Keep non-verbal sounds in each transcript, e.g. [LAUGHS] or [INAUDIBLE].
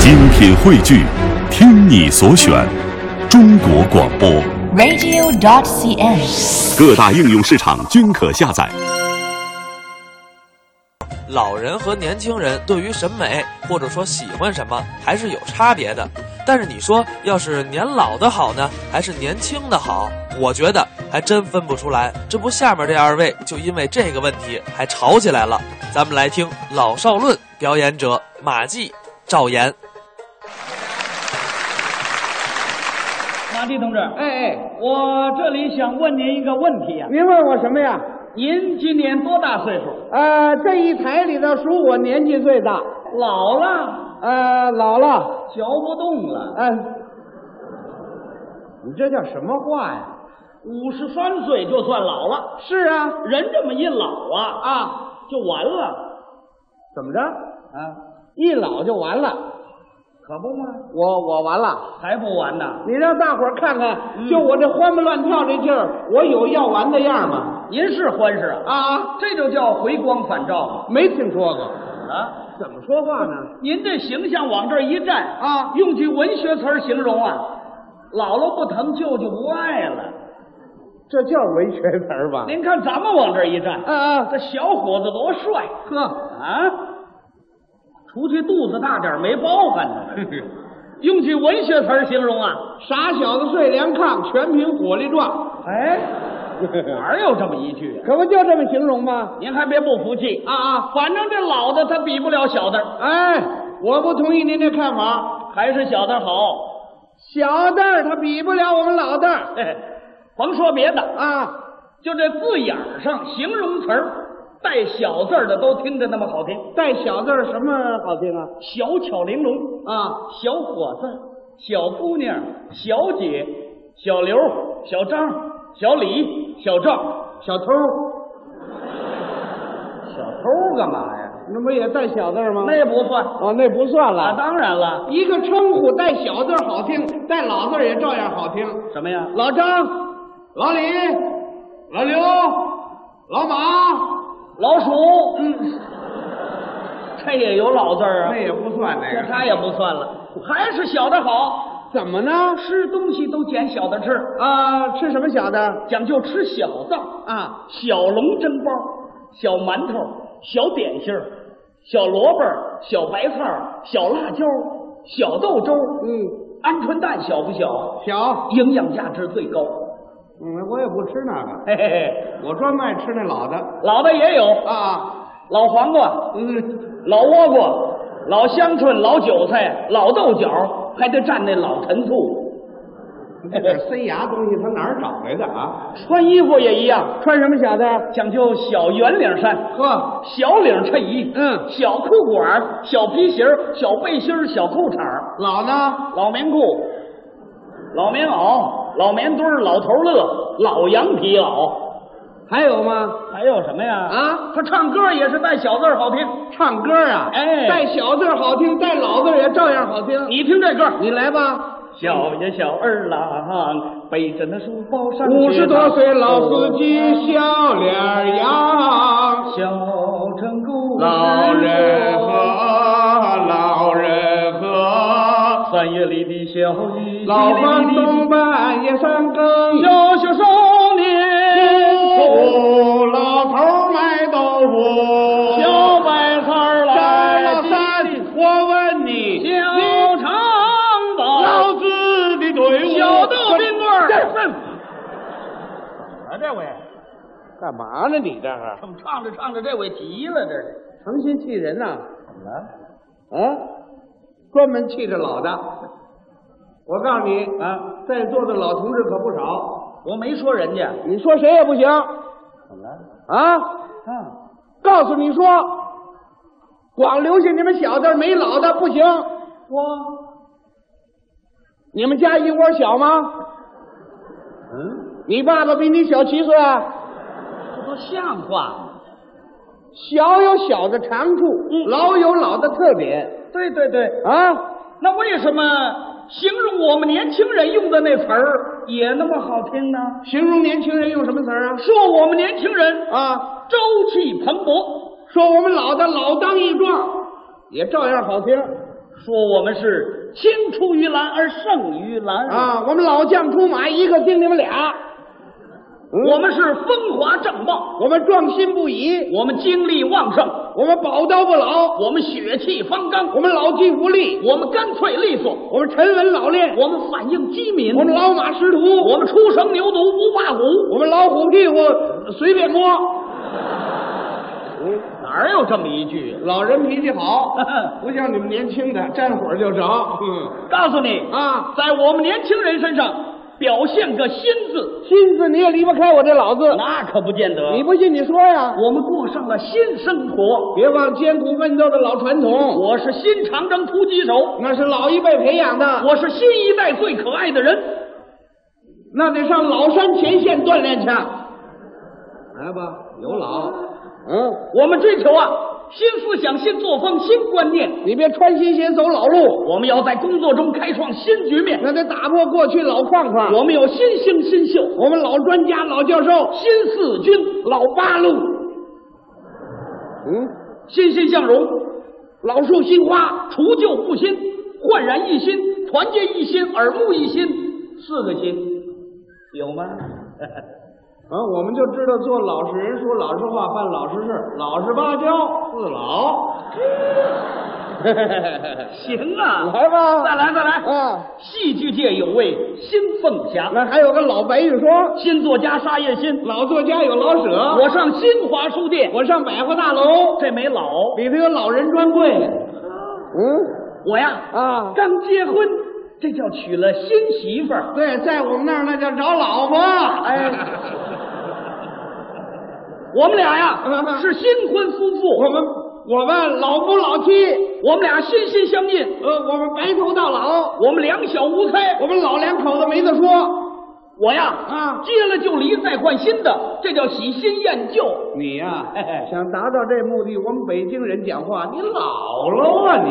精品汇聚，听你所选，中国广播。 radio.cn。各大应用市场均可下载。老人和年轻人对于审美或者说喜欢什么还是有差别的。但是你说，要是年老的好呢，还是年轻的好？我觉得还真分不出来。这不，下面这二位就因为这个问题还吵起来了。咱们来听老少论表演者马季、赵岩。马季同志，哎哎，我这里想问您一个问题呀、您问我什么呀？您今年多大岁数？呃，这一台里头属我年纪最大，老了，呃，老了，嚼不动了，嗯、你这叫什么话呀？五十三岁就算老了。是啊，人这么一老啊啊，就完了。怎么着？啊，一老就完了，可不嘛，我我完了。还不完呢？你让大伙儿看嗯看，就我这欢蹦乱跳这劲儿，我有要完的样吗？您是欢是啊？啊，这就叫回光返照嘛没听说过，啊！怎么说话呢？您这形象往这儿一站啊用句文学词儿形容啊，姥姥不疼，舅舅不爱了。这叫文学词儿吧？您看咱们往这儿一站，啊啊这小伙子多帅！呵，啊，除去肚子大点儿没包含呢。用句文学词儿形容啊，傻小子睡凉炕，全凭火力壮，哎，哪儿有这么一句、啊？可不就这么形容吗？您还别不服气啊，啊！反正这老的他比不了小的，哎，我不同意您这看法。还是小的好。小蛋儿它比不了我们老蛋儿哎，甭说别的，啊，就这字眼儿上形容词儿带小字儿的都听着那么好听，带小字儿什么好听啊？小巧玲珑，啊，小伙子、小姑娘、小姐、小刘、小张、小李、小赵、小偷，小偷干嘛呀？那不也带小字儿吗？那也不算哦，那不算啊，了。当然了，一个称呼带小字儿好听，带老字儿也照样好听。什么呀？老张、老李、老刘、老马，老鼠，嗯，这也有老字儿啊，那也不算那这个。他也不算了，还是小的好，怎么呢？吃东西都捡小的吃，啊，吃什么小的？讲究吃小的，啊，小笼蒸包，小馒头，小点心儿，小萝卜儿，小白菜儿，小辣椒儿，小豆粥，嗯，鹌鹑蛋小不小？小。营养价值最高，嗯，我也不吃那个，嘿嘿嘿，我专卖吃那老的。老的也有，啊，老黄瓜，嗯，老倭瓜，老香椿，老韭菜，老豆角，还得蘸那老陈醋。这点塞牙东西，他哪儿找来的啊？穿衣服也一样，穿什么小的？讲究小圆领衫、呵，小领衬衣，嗯小裤管、小皮鞋、小背心、小裤衩、老呢？老棉裤、老棉袄、老棉墩儿、老头乐、老羊皮袄，还有吗？还有什么呀？啊，他唱歌也是带小字儿好听。唱歌啊，哎带小字儿好听，带老字儿也照样好听。你听这歌，你来吧，小呀小二郎背着那书包上哦五街十道多岁老司嗯机，笑脸扬，小城故事多老人和老人和，三月里的小雨，老房房东半夜三更，小小少年走，哦老头儿卖豆腐，小白菜儿三来老三，我问你，小肠老子，子的队伍，哦小豆冰棍儿。啊这位干嘛呢？你这是怎么唱着唱着这位急了？这是成心气人呐、啊？专门气这老的。我告诉你啊，在座的老同志可不少，我没说人家你说谁也不行。啊？啊，告诉你说，光留下你们小的没老的不行。我你们家一窝小吗？嗯，你爸爸比你小七岁啊、这不像话吗？小有小的长处，老有老的特点对对对，啊！那为什么形容我们年轻人用的那词儿也那么好听呢？形容年轻人用什么词儿啊？说我们年轻人啊，朝气蓬勃，说我们老的老当益壮，也照样好听。说我们是青出于蓝而胜于蓝，啊，我们老将出马，一个盯你们俩，我们是风华正茂，我们壮心不已，我们精力旺盛，我们宝刀不老，我们血气方刚，我们老骥伏枥，我们干脆利索，我们沉稳老练，我们反应机敏，我们老马识途，我们初生牛犊不怕虎，我们老虎屁股呃随便摸。哪儿有这么一句啊？老人脾气 [LAUGHS] 好，不像你们年轻的沾火就着。嗯告诉你啊在我们年轻人身上表现个“新”字， [LAUGHS] 心思你也离不开我这老字，那可不见得。你不信你说呀？我们过上了新生活。别忘艰苦奋斗的老传统，我是新长征突击手，那是老一辈培养的，我是新一代最可爱的人。那得上老山前线锻炼去。来吧，有老，嗯，我们追求啊，新思想、新作风、新观念。你别穿新鞋走老路，我们要在工作中开创新局面。那得打破过去老框框。我们有新星、新秀、我们老专家、老教授、新四军，老八路，嗯，欣欣向荣，老树新花，除旧布新，焕然一新，团结一心，耳目一新，四个新，有 [LAUGHS] 吗？啊，我们就知道做老实人，说老实话，办老实事，老实巴交，四老。行啊，来吧再来再来。啊，戏剧界有位新凤霞，那还有个老白玉霜，新作家沙叶新。老作家有老舍，我上新华书店，我上百货大楼，这没老，里头有老人专柜。嗯我呀啊，刚结婚，这叫娶了新媳妇儿。对，在我们那儿那叫找老婆。哎，我们俩呀嗯是新婚夫我妇，们我们老夫老妻，我们俩心心相印，呃，我们白头到老，我们两小无猜。我们老两口子没得说。我呀啊结了就离，再换新的，这叫喜新厌旧。你呀、想达到这目的，我们北京人讲话，你老喽啊你，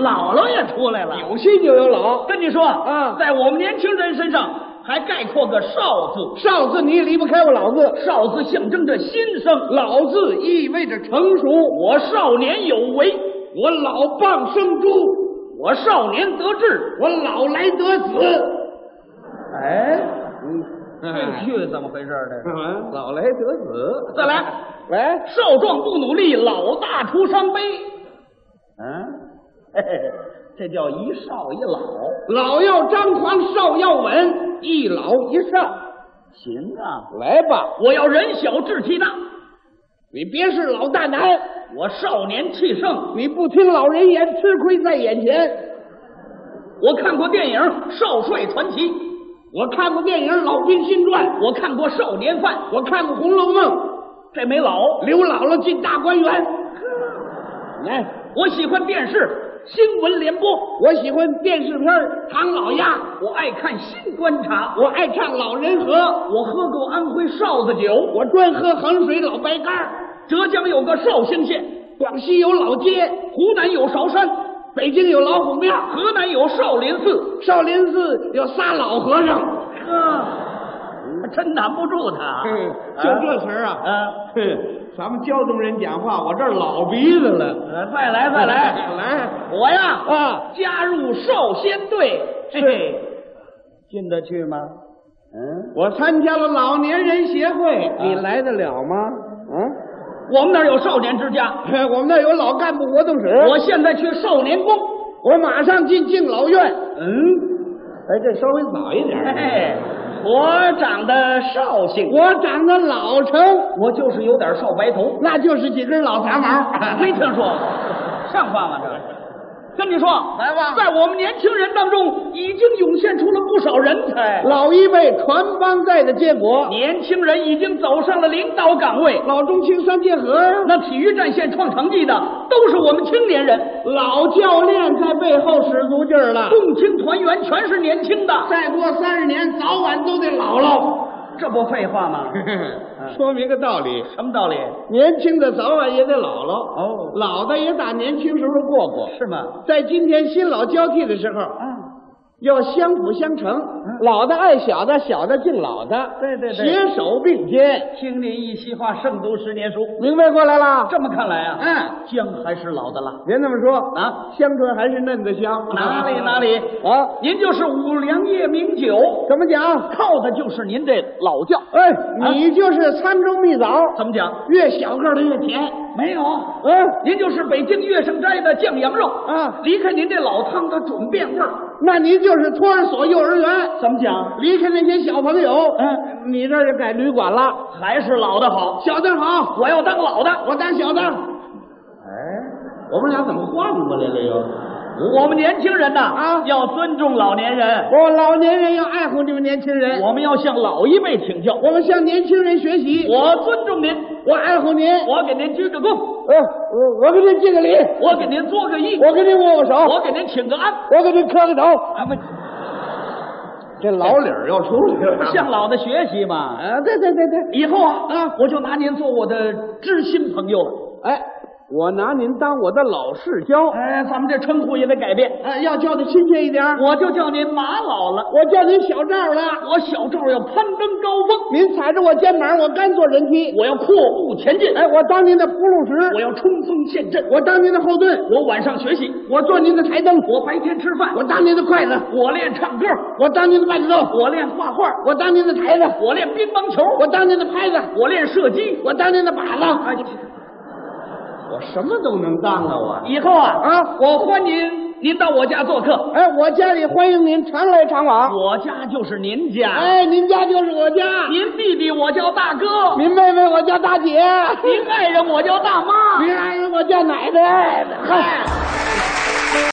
姥姥也出来了。有新就有老，跟你说啊在我们年轻人身上还概括个少字，少字你也离不开我老字，少字象征着新生，老字意味着成熟，我少年有为，我老蚌生珠，我少年得志。我老来得子。哎，嗯，句怎么回事呢？老来得子，再来，喂，少壮不努力，老大徒伤悲。嗯， [LAUGHS] 这叫一少一老。老要张狂，少要稳，一老一少，行啊，来吧，我要人小志气大，你别是老大难，我少年气盛。你不听老人言，吃亏在眼前。我看过电影《少帅传奇》，我看过电影《老君新传》，我看过《少年犯》，我看过《红楼梦哎这没老》，。刘姥姥进大观园。来，哎我喜欢电视新闻联播，我喜欢电视片儿《唐老鸭》，我爱看新观察，我爱唱《老人河》，我喝过安徽哨子酒，我专喝衡水老白干儿，浙江有个绍兴县，广西有老街，湖南有韶山，北京有老虎庙，河南有少林寺，少林寺有仨老和尚。呵，真难不住他嗯，就这词儿啊，啊！哼，咱们胶东人讲话，我这儿老鼻子了。再来再来，来 [LAUGHS] 我呀啊！加入少先队，嘿嘿，进得去吗？我参加了老年人协会，啊你来得了吗？ [LAUGHS] 我们那儿有少年之家，嗯，我们那儿有老干部活动室，我现在去少年宫。我马上进敬老院。嗯，哎，这稍微早一点哎，我长得绍兴。我长得老成，我就是有点少白 [LAUGHS] 头，那就是几根老杂毛。没听说过，像话吗？这个。跟你说，来吧，在我们年轻人当中，已经涌现出了不少人才。老一辈传帮带的结果，年轻人已经走上了领导岗位，老中青三结合啊那体育战线创成绩的都是我们青年人，老教练在背后使足劲儿了。共青团员全是年轻的，再过三十年，早晚都得老喽。这不废话吗？嗯说明个道理， [LAUGHS] 什么道理？年轻的早晚也得老喽。哦，老的也打年轻时候过过。是吗？嗯在今天新老交替的时候，啊，要相辅相成。老的爱小的，小的敬老的，对对对携手并肩，听您一席话胜读十年书。明白过来了？这么看来啊，嗯，姜还是老的辣。别那么说啊，香椿还是嫩的香，哪里哪里啊？您就是五粮液名酒，怎么讲？靠的就是您这老窖。哎，你就是沧州蜜枣，怎么讲？越小个儿的越甜。没有，嗯，您就是北京月盛斋的酱羊肉啊离开您这老汤它准变味儿。那您就是托儿所、幼儿园，怎么讲？离开那些小朋友，嗯，你这儿就改旅馆了。还是老的好。小的好，我要当老的，我当小的。我们俩怎么换过来了又？我们年轻人呐，啊要尊重老年人，我老年人要爱护你们年轻人，我们要向老一辈请教。我们向年轻人学习。我尊重您，我爱护您，我给您鞠个躬，呃，我我给您敬个礼，我给您做个揖，我给您握握手，我给您请个安。我给您磕个头。咱们这老理儿要出理儿 [LAUGHS] [LAUGHS] 向老的学习嘛。啊，对对对对，以后啊啊，我就拿您做我的知心朋友了。哎，我拿您当我的老世交，哎，咱们这称呼也得改变，哎，要叫的亲切一点儿。我就叫您马老了。我叫您小赵了，我小赵要攀登高峰，您踩着我肩膀，我甘做人妻。我要阔步前进，哎，我当您的铺路我石，要冲锋陷阵，我当您的后盾，我晚上学习，我做您的台灯，我白天吃饭，我当您的筷子，我练唱歌，我当您的伴奏，我练画画，我当您的台子，我练乒乓球，我当您的拍子，我练射击。我当您的靶子。哎，我什么都能当啊我。以后啊啊我欢迎您到我家做客，哎，我家里欢迎您常来常往。我家就是您家，哎，您家就是我家，您弟弟我叫大哥，您妹妹我叫大姐，您爱人我叫大妈。您爱人我叫奶奶。嗨。